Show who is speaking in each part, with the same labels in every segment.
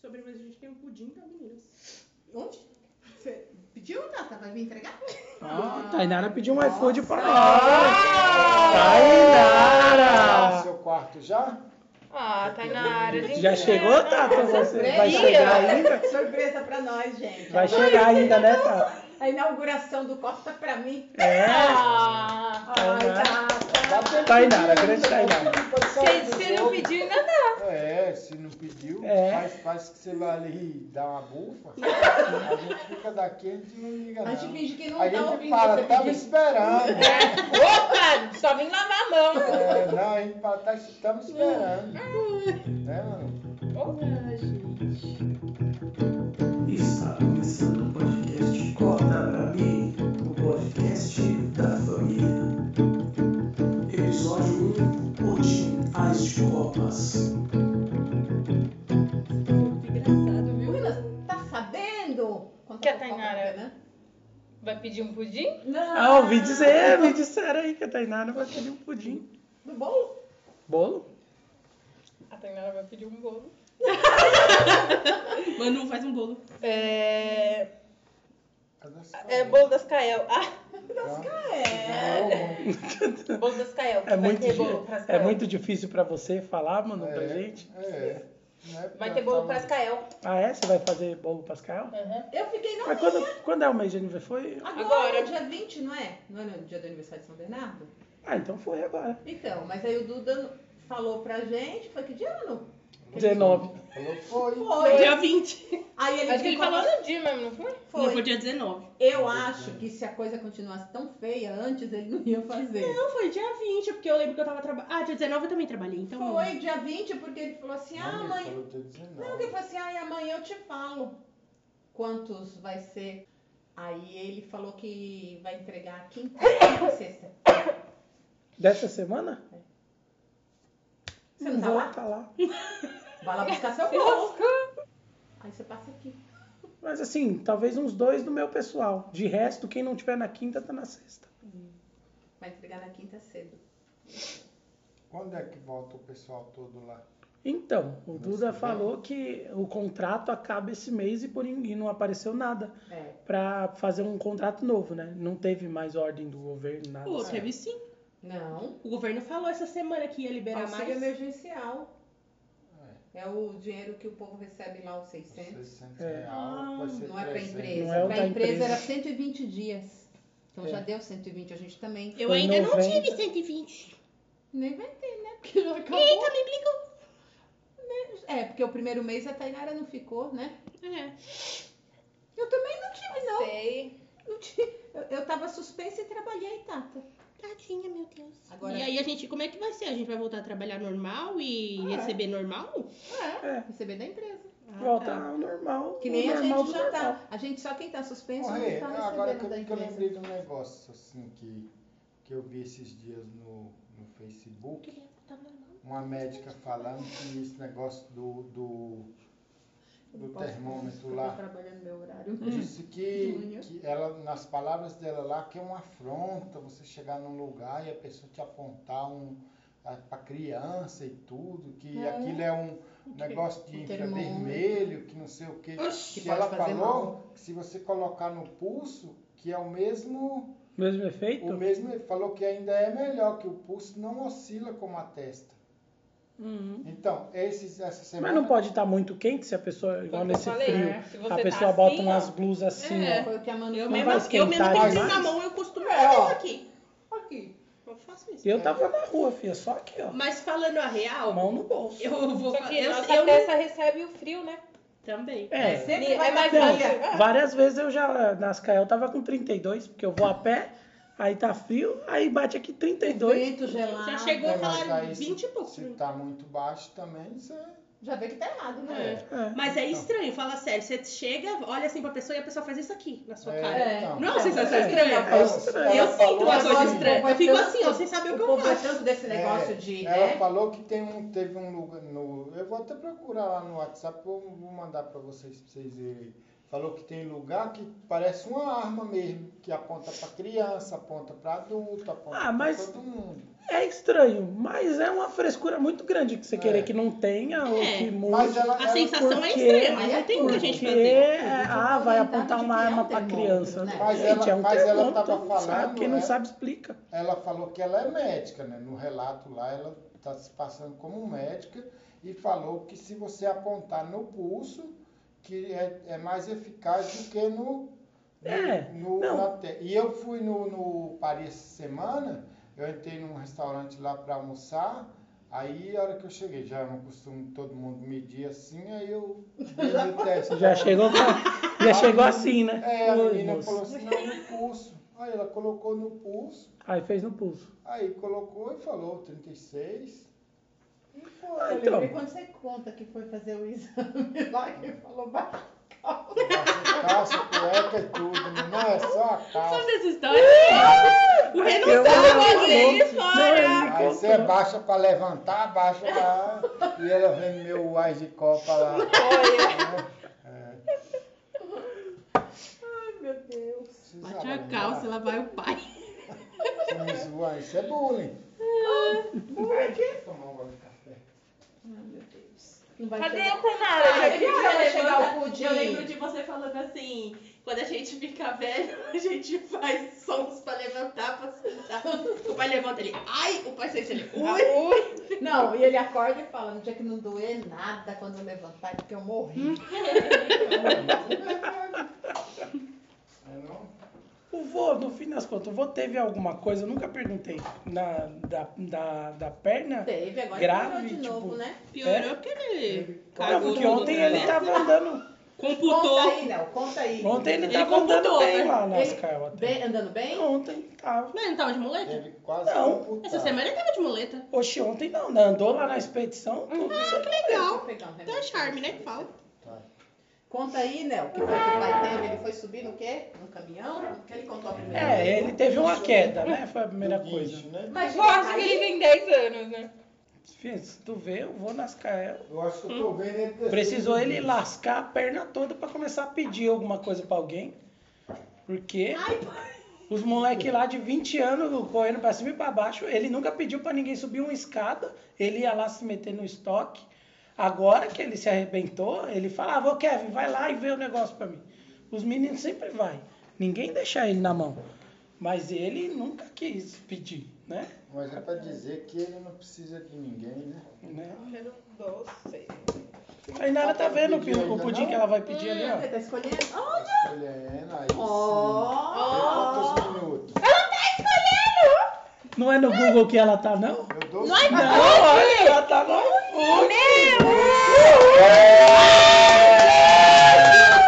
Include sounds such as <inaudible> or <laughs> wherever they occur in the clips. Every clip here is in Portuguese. Speaker 1: sobremesa a gente tem um pudim, tá, meninas?
Speaker 2: Onde? Você pediu, Tata? Vai me entregar?
Speaker 3: Ah, Tainara pediu um
Speaker 2: Nossa.
Speaker 3: iFood pra nós. Tainara!
Speaker 4: Seu quarto já?
Speaker 5: Ah, Tainara, a gente
Speaker 3: Já chegou,
Speaker 5: tá?
Speaker 3: Tata? Você vai
Speaker 5: Surpresa.
Speaker 3: chegar ainda?
Speaker 2: Surpresa pra nós, gente.
Speaker 3: Vai chegar ainda, né, Tata?
Speaker 2: A inauguração do Costa pra mim.
Speaker 3: É.
Speaker 5: Ah,
Speaker 2: Ai, Tata.
Speaker 4: Já tem
Speaker 3: Tainara,
Speaker 4: pedido,
Speaker 3: grande
Speaker 4: já
Speaker 3: Tainara.
Speaker 4: pediu pra sair
Speaker 5: gente,
Speaker 4: do
Speaker 5: se não né?
Speaker 4: jogo.
Speaker 5: pediu, ainda dá.
Speaker 4: É, se não pediu,
Speaker 3: É.
Speaker 4: faz, faz que você vai ali dar
Speaker 5: <laughs>
Speaker 4: uma bufa. A gente fica daqui, a gente não liga
Speaker 2: A
Speaker 4: não.
Speaker 2: gente finge que não
Speaker 4: a
Speaker 2: tá
Speaker 4: gente
Speaker 2: ouvindo
Speaker 4: fala,
Speaker 2: você
Speaker 4: tava
Speaker 2: pedir.
Speaker 5: <laughs>
Speaker 4: esperando.
Speaker 5: É. Opa, só vim lavar a mão.
Speaker 4: É, não, a gente fala, tá, estamos esperando.
Speaker 5: É.
Speaker 4: Né, mano?
Speaker 5: Opa, gente.
Speaker 6: Está começando o podcast Corta pra mim, o podcast da família. Episódio 1, Pudim, as copas.
Speaker 1: Que engraçado, viu?
Speaker 2: Meninas, tá sabendo? Quanto
Speaker 5: Que a
Speaker 2: eu
Speaker 1: tá
Speaker 2: falo,
Speaker 5: Tainara-
Speaker 2: né?
Speaker 5: Vai pedir um pudim?
Speaker 2: Não.
Speaker 3: Ah, ouvi dizer, me disseram aí que a Tainara vai pedir um pudim.
Speaker 2: Do bolo?
Speaker 3: Bolo?
Speaker 5: A Tainara vai pedir um bolo. <laughs>
Speaker 1: Manu, faz um bolo.
Speaker 5: É.
Speaker 4: Cadê essa Então,
Speaker 5: É
Speaker 4: câmera?
Speaker 5: bolo das Cael. Ah,
Speaker 2: É.
Speaker 5: bolo das Cael. que
Speaker 3: É
Speaker 5: vai
Speaker 3: muito,
Speaker 5: ter
Speaker 3: di-
Speaker 5: bolo pras
Speaker 3: é
Speaker 5: Cael.
Speaker 3: muito difícil pra você falar, mano, pra
Speaker 4: É,
Speaker 3: gente.
Speaker 4: É. Não é
Speaker 5: Vai
Speaker 4: pra
Speaker 5: ter bolo
Speaker 4: tá-
Speaker 5: pras Uhum. Cael.
Speaker 3: Ah, é? Você vai fazer bolo pascal?
Speaker 5: Aham.
Speaker 2: Eu fiquei no
Speaker 3: Mas quando, quando é o mês de aniversário? Foi?
Speaker 2: Agora,
Speaker 5: Agora.
Speaker 2: dia 20, não é? Não é no dia do aniversário de São Bernardo?
Speaker 3: Ah, então foi agora.
Speaker 2: Então, mas aí o Duda falou pra gente, foi que dia, Manu?
Speaker 3: 19.
Speaker 4: Falou, foi.
Speaker 2: Foi.
Speaker 1: Dia 20.
Speaker 2: Aí ele
Speaker 1: Acho que ele
Speaker 2: brincou-
Speaker 1: falou
Speaker 5: Todo dia mesmo, não foi?
Speaker 1: Foi. Não, foi
Speaker 2: Foi.
Speaker 1: dia 19.
Speaker 2: Eu acho que se a coisa continuasse tão feia antes, ele não ia fazer.
Speaker 1: Não, foi dia 20, porque eu lembro que eu tava trabalhando. Ah, dia 19 eu também trabalhei, então.
Speaker 2: Foi dia 20, porque ele falou assim, ah,
Speaker 4: Não, ele
Speaker 2: mãe...
Speaker 4: falou
Speaker 2: Não,
Speaker 4: é dia
Speaker 2: ele
Speaker 4: 19.
Speaker 2: falou assim, ai, amanhã eu te falo quantos vai ser. Aí ele falou que vai entregar quinta, quinta sexta.
Speaker 3: Dessa semana?
Speaker 2: Você não tá
Speaker 3: vou
Speaker 2: lá?
Speaker 3: tá lá.
Speaker 2: Vai lá buscar seu bolo. Aí você passa aqui.
Speaker 3: Mas assim, talvez uns dois do meu pessoal. De resto, quem não tiver na quinta tá na sexta.
Speaker 2: Vai entregar na quinta cedo.
Speaker 4: Quando é que volta o pessoal todo lá?
Speaker 3: Então, o Duda falou que o contrato acaba esse mês e, por, in- e não apareceu nada
Speaker 2: É.
Speaker 3: pra fazer um contrato novo, né? Não teve mais ordem do governo, nada.
Speaker 1: Pô,
Speaker 3: assim.
Speaker 1: teve sim.
Speaker 2: Não.
Speaker 1: O governo falou essa semana que ia
Speaker 3: É
Speaker 1: liberar
Speaker 2: Auxílio
Speaker 1: mais.
Speaker 2: emergencial. É o dinheiro que o povo recebe lá, os 600.
Speaker 4: 600
Speaker 3: É.
Speaker 4: real, vai ser
Speaker 2: Não é pra
Speaker 4: 300.
Speaker 2: empresa.
Speaker 3: Não é o
Speaker 2: pra
Speaker 3: da
Speaker 2: empresa,
Speaker 3: empresa.
Speaker 2: era 120 dias. Então
Speaker 3: É.
Speaker 2: já deu 120, a gente também.
Speaker 1: Eu
Speaker 3: Foi
Speaker 1: ainda não
Speaker 3: 90.
Speaker 1: tive 120.
Speaker 2: Nem vai ter, né? Porque já acabou. Eita, me implicou. É, porque o primeiro mês a Tainara não ficou, né?
Speaker 1: É.
Speaker 2: Eu também não tive, não.
Speaker 5: Sei.
Speaker 2: não tive. Eu, eu tava suspensa e trabalhei, Tata.
Speaker 1: Tadinha, meu Deus.
Speaker 2: Agora-
Speaker 1: E aí a gente, como é que vai ser? A gente vai voltar a trabalhar normal e
Speaker 2: Ah, é.
Speaker 1: receber normal?
Speaker 3: É,
Speaker 2: Receber da tá empresa.
Speaker 1: Ah,
Speaker 3: volta
Speaker 1: tá.
Speaker 3: ao normal.
Speaker 2: Que nem
Speaker 3: ao
Speaker 2: a
Speaker 3: normal
Speaker 2: gente
Speaker 3: do
Speaker 2: já
Speaker 3: normal.
Speaker 2: tá. A gente só quem tá suspenso
Speaker 4: Corre,
Speaker 2: não tá
Speaker 4: agora que
Speaker 2: recebendo da
Speaker 4: eu, que eu
Speaker 2: empresa.
Speaker 4: lembrei de um negócio assim que, que eu vi esses dias no, no Facebook, uma médica falando que esse negócio do, do, do
Speaker 2: Eu
Speaker 4: termômetro
Speaker 2: tô
Speaker 4: lá
Speaker 2: trabalhando meu horário.
Speaker 4: disse que,
Speaker 2: Hum. Júnior.
Speaker 4: que ela, nas palavras dela lá, que é uma afronta você chegar num lugar e a pessoa te apontar um para criança e tudo, que
Speaker 2: É.
Speaker 4: aquilo é um negócio de
Speaker 2: O termômetro.
Speaker 4: infravermelho, que não sei o quê.
Speaker 2: que
Speaker 4: que
Speaker 2: pode
Speaker 4: ela
Speaker 2: fazer
Speaker 4: falou
Speaker 2: mal.
Speaker 4: que se você colocar no pulso, que é o mesmo
Speaker 3: Mesmo efeito?
Speaker 4: o mesmo ele falou que ainda é melhor, que o pulso não oscila como a testa.
Speaker 3: Uhum.
Speaker 4: Então, esses, essa semana.
Speaker 3: Mas não pode estar muito quente se a pessoa, igual
Speaker 5: Foi o que eu
Speaker 3: nesse
Speaker 5: falei,
Speaker 3: frio,
Speaker 5: né? Se você
Speaker 3: a
Speaker 5: tá
Speaker 3: pessoa
Speaker 5: assim,
Speaker 3: bota
Speaker 5: ó.
Speaker 3: umas blusas assim,
Speaker 1: É.
Speaker 3: ó.
Speaker 2: Foi o que a Manu
Speaker 1: Eu
Speaker 3: Não
Speaker 1: mesma,
Speaker 3: vai
Speaker 1: eu mesma
Speaker 3: esquentar
Speaker 1: tenho que
Speaker 4: demais?
Speaker 1: na mão, eu costumo
Speaker 4: É, ó.
Speaker 1: fazer aqui.
Speaker 2: Aqui.
Speaker 1: Eu faço isso.
Speaker 3: Eu tava na rua, filha, só aqui, ó.
Speaker 1: Mas falando a real,
Speaker 3: Mão no bolso.
Speaker 1: eu vou
Speaker 5: Só que
Speaker 1: eu,
Speaker 5: nossa
Speaker 1: eu não-
Speaker 5: peça recebe o frio, né?
Speaker 1: também.
Speaker 3: É,
Speaker 2: Sempre
Speaker 5: É
Speaker 2: vai
Speaker 5: mais
Speaker 2: na
Speaker 5: fácil.
Speaker 2: filha.
Speaker 3: Várias vezes eu já, nas Cael, tava com 32, porque eu vou a pé, aí tá frio, aí bate aqui
Speaker 2: é
Speaker 3: 32.
Speaker 2: Vento gelado.
Speaker 1: Já chegou a
Speaker 4: É, mas
Speaker 1: falar
Speaker 4: aí se-
Speaker 1: 20 e pouco.
Speaker 4: Se
Speaker 2: né?
Speaker 4: tá muito baixo também, você.
Speaker 2: Já vê que tá errado, né?
Speaker 4: então.
Speaker 1: É.
Speaker 3: É.
Speaker 1: Mas é estranho, fala sério. Você chega, olha assim pra pessoa e a pessoa faz isso aqui na sua
Speaker 4: É,
Speaker 1: cara.
Speaker 2: É.
Speaker 4: então.
Speaker 1: Não é uma sensação
Speaker 3: É.
Speaker 1: estranha?
Speaker 4: Ela-
Speaker 3: estranho.
Speaker 4: ela
Speaker 1: Eu
Speaker 4: falou
Speaker 1: sinto uma
Speaker 4: assim,
Speaker 1: coisa
Speaker 2: assim,
Speaker 1: estranha.
Speaker 2: vai
Speaker 1: Eu fico
Speaker 2: tanto-
Speaker 1: assim, ó, sem saber o que eu
Speaker 2: povo é
Speaker 1: faço.
Speaker 2: tanto desse negócio
Speaker 4: é,
Speaker 2: de.
Speaker 4: Ela
Speaker 2: né?
Speaker 4: falou que tem um, teve um lugar. No, eu vou até procurar lá no WhatsApp, eu vou mandar pra vocês, pra vocês verem. Falou que tem lugar que parece uma arma mesmo, que aponta para criança, aponta para adulto, aponta
Speaker 3: Ah,
Speaker 4: pra
Speaker 3: mas-
Speaker 4: todo mundo.
Speaker 3: É estranho, mas é uma frescura muito grande que você
Speaker 4: É.
Speaker 3: querer que não tenha ou
Speaker 1: É,
Speaker 3: que mude.
Speaker 4: Mas ela,
Speaker 1: A
Speaker 4: ela-
Speaker 1: sensação é
Speaker 3: porque-
Speaker 1: extrema, não tem
Speaker 3: porque é,
Speaker 1: muita gente fazer.
Speaker 3: ah, vai apontar uma arma pra
Speaker 2: Termômetro,
Speaker 3: criança.
Speaker 2: né?
Speaker 4: Mas
Speaker 3: Gente,
Speaker 4: ela-
Speaker 3: é um
Speaker 4: mas ela
Speaker 3: termômetro,
Speaker 4: tava
Speaker 3: não sabe?
Speaker 4: falando,
Speaker 3: Quem não
Speaker 4: né?
Speaker 3: sabe explica.
Speaker 4: Ela falou que ela é médica, né? No relato lá, ela está se passando como médica e falou que se você apontar no pulso, que é, é mais eficaz do que no. no-
Speaker 3: É,
Speaker 4: no-
Speaker 3: não.
Speaker 4: na te- E eu fui no, no Paris essa semana, eu entrei num restaurante lá para almoçar. Aí, a hora que eu cheguei, já é um costume todo mundo medir assim, aí eu fiz o teste.
Speaker 3: Já chegou,
Speaker 4: <laughs>
Speaker 3: com- já
Speaker 4: Aí,
Speaker 3: chegou assim, né?
Speaker 4: É, a
Speaker 3: Oi,
Speaker 4: menina
Speaker 3: moço.
Speaker 4: falou assim, não, no pulso. Aí ela colocou no pulso,
Speaker 3: Aí fez no pulso.
Speaker 4: Aí colocou e falou 36. E foi.
Speaker 3: Ah,
Speaker 2: Eu
Speaker 3: então.
Speaker 2: lembrei quando você conta que foi fazer o exame <laughs> lá que falou baixo calça.
Speaker 4: Baixou Calça, cueca e tudo. né? Não é só a
Speaker 5: Sabe
Speaker 4: calça.
Speaker 5: dessa história? o rei não sabe fazer isso, olha.
Speaker 4: Aí você baixa pra levantar, baixa pra. E ela vendo meu ar de copa lá.
Speaker 2: Ai, meu Deus.
Speaker 4: Vocês
Speaker 1: Bate
Speaker 4: sabem,
Speaker 1: a calça,
Speaker 4: né?
Speaker 1: lá vai o pai.
Speaker 4: Você me zoa, isso é bullying. Vou tomar um gole de café.
Speaker 2: Ai, meu Deus. Não vai
Speaker 5: Cadê
Speaker 2: chegar-
Speaker 5: a Tamara?
Speaker 2: Ah,
Speaker 5: Já
Speaker 2: que dia vai chegar o pudim?
Speaker 1: Eu lembro de você falando assim, quando a gente fica velho, a gente faz sons pra levantar, pra sentar. O pai levanta ele, ai, o pai sente ele, ui.
Speaker 5: Ui.
Speaker 2: Não, e ele acorda e fala, no dia que não doer nada quando eu levantar, é porque eu morri.
Speaker 4: É não?
Speaker 3: O vô, no fim das contas, o vô teve alguma coisa, eu nunca perguntei, na, da, da, da perna?
Speaker 2: Teve, agora
Speaker 3: Grave,
Speaker 2: piorou de
Speaker 3: tipo,
Speaker 2: novo, né?
Speaker 1: Piorou porque ele
Speaker 3: Cara,
Speaker 1: cagou
Speaker 3: porque
Speaker 1: tudo,
Speaker 3: ontem
Speaker 1: né?
Speaker 3: ele tava andando.
Speaker 1: Computou.
Speaker 2: Conta aí, Léo, conta aí.
Speaker 3: Ontem ele
Speaker 1: Ele
Speaker 3: tava andando
Speaker 1: computou,
Speaker 3: bem
Speaker 1: né?
Speaker 3: lá nas
Speaker 2: Ele-
Speaker 3: Caio até.
Speaker 2: Bem- andando bem?
Speaker 3: Ontem tá? tava.
Speaker 1: Não, ele não tava de muleta?
Speaker 4: Teve quase um
Speaker 3: Não,
Speaker 4: computado.
Speaker 1: Essa semana ele tava de muleta.
Speaker 3: Oxe, ontem não, né? Andou lá na expedição, tudo isso aqui.
Speaker 2: Deixa eu
Speaker 1: Legal.
Speaker 2: pegar um
Speaker 1: Então é
Speaker 2: remédio.
Speaker 1: charme, né, que fala.
Speaker 4: Tá.
Speaker 2: Conta aí, Léo, que foi que o pai teve? Ele foi subir no quê? No caminhão? O que ele contou a primeira
Speaker 3: É,
Speaker 2: vez?
Speaker 3: ele teve uma queda, né? Foi a primeira
Speaker 4: Do
Speaker 3: coisa.
Speaker 4: guincho, né?
Speaker 2: Mas,
Speaker 5: Gosto que
Speaker 2: aí-
Speaker 5: ele tem 10 anos, né?
Speaker 3: Fih, se tu vê, eu vou nascar.
Speaker 4: Eu acho que eu tô vendo
Speaker 1: Hum.
Speaker 4: ele descer.
Speaker 3: Precisou ele lascar a perna toda pra começar a pedir alguma coisa pra alguém. Porque os moleques lá de 20 anos correndo pra cima e pra baixo, ele nunca pediu pra ninguém subir uma escada, ele ia lá se meter no estoque. Agora que ele se arrebentou, ele falava, ô Kevin, vai lá e vê o negócio pra mim. Os meninos sempre vai, ninguém deixa ele na mão. Mas ele nunca quis pedir, né?
Speaker 4: Mas é pra dizer que ele não precisa de ninguém, né?
Speaker 3: né?
Speaker 5: Número 12.
Speaker 3: A Inara tá vendo o
Speaker 4: Pedir
Speaker 3: pi- o
Speaker 4: ainda
Speaker 3: pudim
Speaker 4: não?
Speaker 3: que ela vai pedir ali,
Speaker 2: Você
Speaker 3: ó.
Speaker 2: tá escolhendo? Olha!
Speaker 4: Escolhendo aí. sim.
Speaker 1: Oh.
Speaker 2: Ó!
Speaker 4: Quantos minutos?
Speaker 3: Não é no Google que ela tá, não?
Speaker 4: Eu dou
Speaker 1: é
Speaker 3: Não, olha, ela tá no iFood.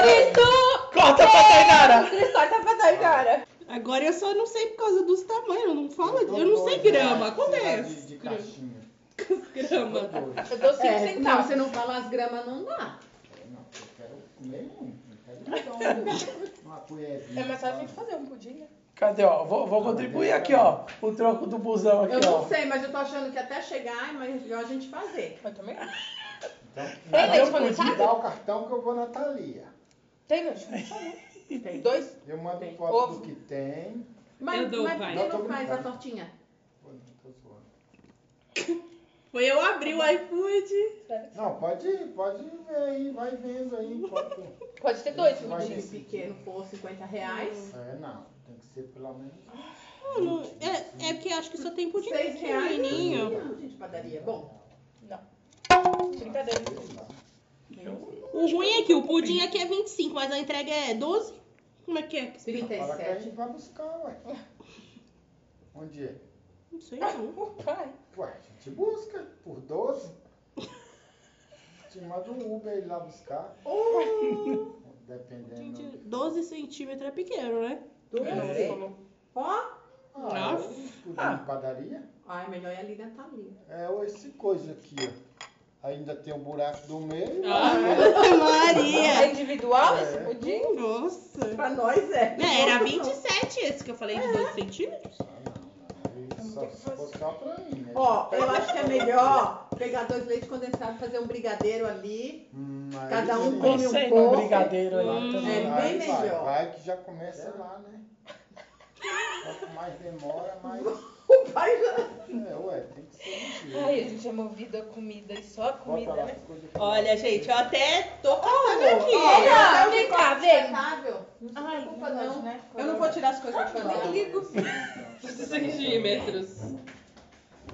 Speaker 5: Cristo!
Speaker 3: Corta pra Tainara!
Speaker 5: Cristo, olha tá pra trás, cara.
Speaker 1: Agora eu só não sei por causa dos tamanhos, eu não falo,
Speaker 4: dou
Speaker 1: eu não sei
Speaker 4: dois
Speaker 1: grama,
Speaker 4: reais pra você dar
Speaker 1: acontece.
Speaker 4: De, de caixinha. Eu
Speaker 1: Grama.
Speaker 4: dou dois.
Speaker 5: Eu dou 5
Speaker 2: É, não,
Speaker 5: centavos.
Speaker 2: você não fala as gramas, não dá.
Speaker 4: Não, eu quero comer muito. Eu quero dar um- uma colherzinha.
Speaker 5: É mais fácil a gente fazer um pudim, né?
Speaker 3: Cadê, ó? Vou, vou contribuir aqui, ó. O troco do busão
Speaker 2: Eu
Speaker 3: aqui,
Speaker 2: não
Speaker 3: ó.
Speaker 2: sei, mas eu tô achando que até chegar é melhor a gente fazer.
Speaker 5: Eu também. Tem
Speaker 4: Então,
Speaker 5: leite
Speaker 4: não, me
Speaker 5: condensado?
Speaker 4: dá o cartão que eu vou na Thalia.
Speaker 5: Tem leite condensado?
Speaker 2: Tem.
Speaker 5: Dois?
Speaker 4: Eu mando
Speaker 2: Tem.
Speaker 4: foto
Speaker 5: Ovo.
Speaker 4: do que tem.
Speaker 2: Mas,
Speaker 1: Eu dou,
Speaker 2: mas por
Speaker 1: pai.
Speaker 2: que
Speaker 4: Eu
Speaker 2: não
Speaker 4: tô
Speaker 2: faz a
Speaker 4: brincando.
Speaker 2: tortinha?
Speaker 4: Pô, não tô zoando.
Speaker 1: Foi eu abri
Speaker 2: Tá
Speaker 1: o iFood.
Speaker 4: Não, pode ir, pode ver aí, vai vendo aí. enquanto.
Speaker 5: Pode ter dois
Speaker 4: Vai
Speaker 2: Se
Speaker 5: pudim.
Speaker 4: ter.
Speaker 2: esse pequeno for 50 reais,
Speaker 4: É, não, tem que ser pelo menos.
Speaker 1: Não, não, é, é porque acho que só tem pudim
Speaker 2: 6 reais. né? Hum,
Speaker 1: pequenininho.
Speaker 2: Gente, padaria. Bom,
Speaker 5: Brincadeira.
Speaker 1: O ruim é que o pudim aqui é 25, mas a entrega é 12. Como é que é?
Speaker 4: Fala que a
Speaker 2: 37.
Speaker 4: gente vai buscar, ué. Onde é?
Speaker 1: Não sei não.
Speaker 5: Ai.
Speaker 4: Ué, a gente busca por 12.
Speaker 2: <laughs>
Speaker 4: Te manda um Uber ir lá buscar.
Speaker 5: Uh!
Speaker 1: Gente,
Speaker 4: Dependendo.
Speaker 1: 12 centímetros é pequeno, né?
Speaker 5: Doze.
Speaker 2: Ó,
Speaker 4: Ah, eu
Speaker 3: Ah.
Speaker 4: ah. padaria.
Speaker 2: ai, melhor ir ali na Thalia.
Speaker 4: É ó, esse coisa aqui, ó. Ainda tem o buraco do meio.
Speaker 2: Ah.
Speaker 1: Ah. Nossa,
Speaker 5: É
Speaker 1: <laughs> Maria!
Speaker 5: individual esse pudim?
Speaker 1: Nossa!
Speaker 2: Pra nós é.
Speaker 1: É, era 27 esse que eu falei de 12 centímetros.
Speaker 4: Ah, não, não. Aí Só, se for só pra mim, né?
Speaker 2: Ó, eu acho que é melhor Pegar dois leites condensados, fazer um brigadeiro ali.
Speaker 4: Hum, aí
Speaker 2: Cada um
Speaker 4: sim.
Speaker 2: come um
Speaker 3: Pensei no
Speaker 2: pouco.
Speaker 3: brigadeiro aí tá
Speaker 1: Hum.
Speaker 3: também.
Speaker 2: É bem
Speaker 4: Aí vai,
Speaker 2: melhor. É.
Speaker 4: Vai que já começa lá, né? Quanto mais demora, mais.
Speaker 2: O pai já...
Speaker 4: É, ué, tem que ser.
Speaker 5: Ai,
Speaker 4: um
Speaker 5: a
Speaker 4: jeito.
Speaker 5: gente é movido a comida e só a
Speaker 4: Bota
Speaker 5: comida,
Speaker 4: lá
Speaker 5: né?
Speaker 4: as coisas que-
Speaker 1: Olha, gente, eu até tô passando aqui.
Speaker 5: Olha, vem cá, vem.
Speaker 2: Descartável.
Speaker 5: Ai,
Speaker 2: Desculpa,
Speaker 5: não.
Speaker 2: não. Eu não vou tirar as coisas de lá.
Speaker 1: Os centímetros.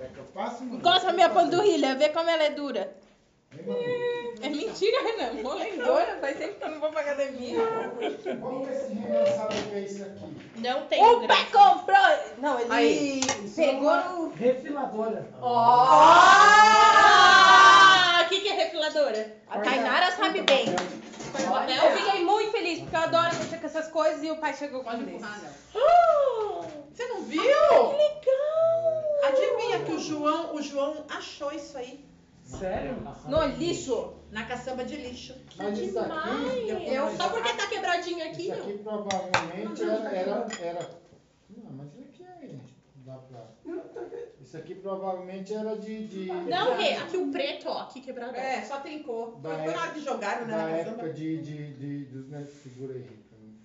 Speaker 4: É que eu faço um-
Speaker 5: Encosta minha pandurrilha, vê como ela é dura.
Speaker 1: É mentira, Renan. Vou lembrar.
Speaker 5: Faz tempo que eu não vou pra academia.
Speaker 4: Vamos ver se Renan sabe o que é isso aqui.
Speaker 1: Não tem
Speaker 5: O
Speaker 1: graça.
Speaker 5: pai comprou! Não, ele.
Speaker 2: Aí.
Speaker 5: Pegou no.
Speaker 6: Refiladora.
Speaker 1: Ah! O que, que é refiladora?
Speaker 5: A Tainara sabe bem. Eu fiquei muito feliz, porque eu adoro mexer com essas coisas e o pai chegou com isso.
Speaker 2: Você não viu? Adivinha que o João, o João achou isso aí
Speaker 3: Sério?
Speaker 5: No lixo.
Speaker 2: na caçamba de lixo.
Speaker 4: Mas isso aqui,
Speaker 1: Eu, só porque tá quebradinho aqui,
Speaker 4: isso
Speaker 1: não.
Speaker 4: aqui provavelmente era, era, era- Não, mas isso aqui é. Dá pra. Isso aqui provavelmente era de. de...
Speaker 1: Não, Rê. Aqui o preto, ó. Aqui quebrado.
Speaker 2: É, só trincou. Foi
Speaker 4: Da
Speaker 2: foi na hora que jogaram, né?
Speaker 4: Na
Speaker 2: Na caçamba.
Speaker 4: época de, de, de, dos netos segura aí. pra mim.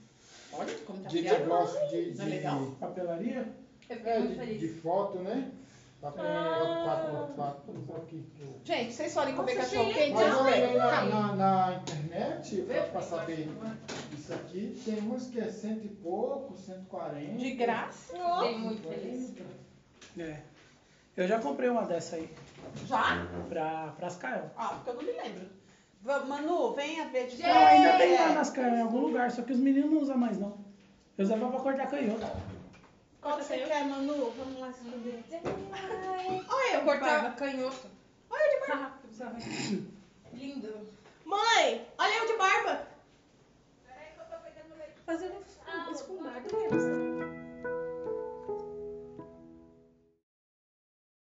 Speaker 2: Olha como tá
Speaker 4: De
Speaker 2: criado.
Speaker 4: negócio de, de,
Speaker 2: Não é legal?
Speaker 6: Papelaria?
Speaker 5: Eu fiquei
Speaker 4: é,
Speaker 5: muito
Speaker 4: de, de
Speaker 5: feliz.
Speaker 4: foto, né? Papel, papel, papel, papel aqui. que eu-
Speaker 2: Gente, vocês forem comer
Speaker 5: Nossa,
Speaker 2: cachorro quente,
Speaker 5: gente,
Speaker 4: Mas eu olhei na,
Speaker 2: respeito.
Speaker 4: na, na internet para saber isso aqui. Tem uns que é cento e pouco, 140.
Speaker 2: De graça.
Speaker 5: Fiquei muito feliz.
Speaker 3: É. Eu já comprei uma dessa aí.
Speaker 2: Já?
Speaker 3: Pra, pras Cael.
Speaker 2: Ah, porque eu não me lembro. Vamos, Manu, venha ver de
Speaker 5: Gente!
Speaker 3: Não, ainda tem lá
Speaker 2: É.
Speaker 3: nas Cael em algum lugar, só que os meninos não usam mais não. Eu usava pra cortar canhoto.
Speaker 2: Qual que você quer, Manu? Vamos lá esconder.
Speaker 5: Olha, eu cortava canhoto.
Speaker 2: Olha de barba.
Speaker 5: Lindo.
Speaker 1: Mãe, olha eu de barba.
Speaker 5: Ah, Fazendo esfumado.